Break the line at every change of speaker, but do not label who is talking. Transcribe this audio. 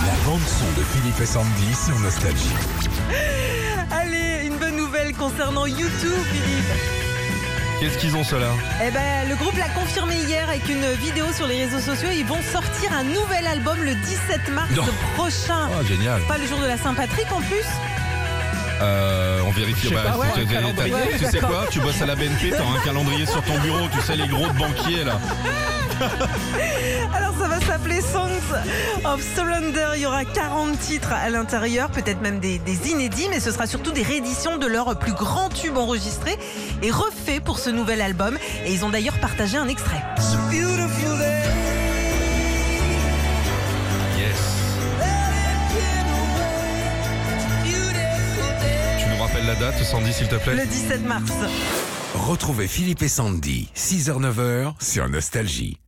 bande son de Philippe et Sandy sur Nostalgie.
Allez, une bonne nouvelle concernant YouTube, Philippe.
Qu'est-ce qu'ils ont cela
Eh ben, le groupe l'a confirmé hier avec une vidéo sur les réseaux sociaux. Ils vont sortir un nouvel album le 17 mars
Non.
prochain.
Ah,
Oh, génial.
Pas le jour de la Saint-Patrick en plus.
Euh, on vérifie.
sais pas, ouais,
tu-
un
tu-
calendrier.
t'as- tu sais quoi Tu bosses à la BNP, t'as un calendrier sur ton bureau. Tu sais les gros de banquiers là.
Alors ça va s'appeler Songs of Surrender. Il y aura 40 titres à l'intérieur, peut-être même des, des inédits, mais ce sera surtout des rééditions de leurs plus grands tubes enregistrés et refaits pour ce nouvel album. Et ils ont d'ailleurs partagé un extrait.
Yes. Tu nous rappelles la date, Sandy, s'il te plaît
Le 17 mars.
Retrouvez Philippe et Sandy, 6h-9h sur Nostalgie.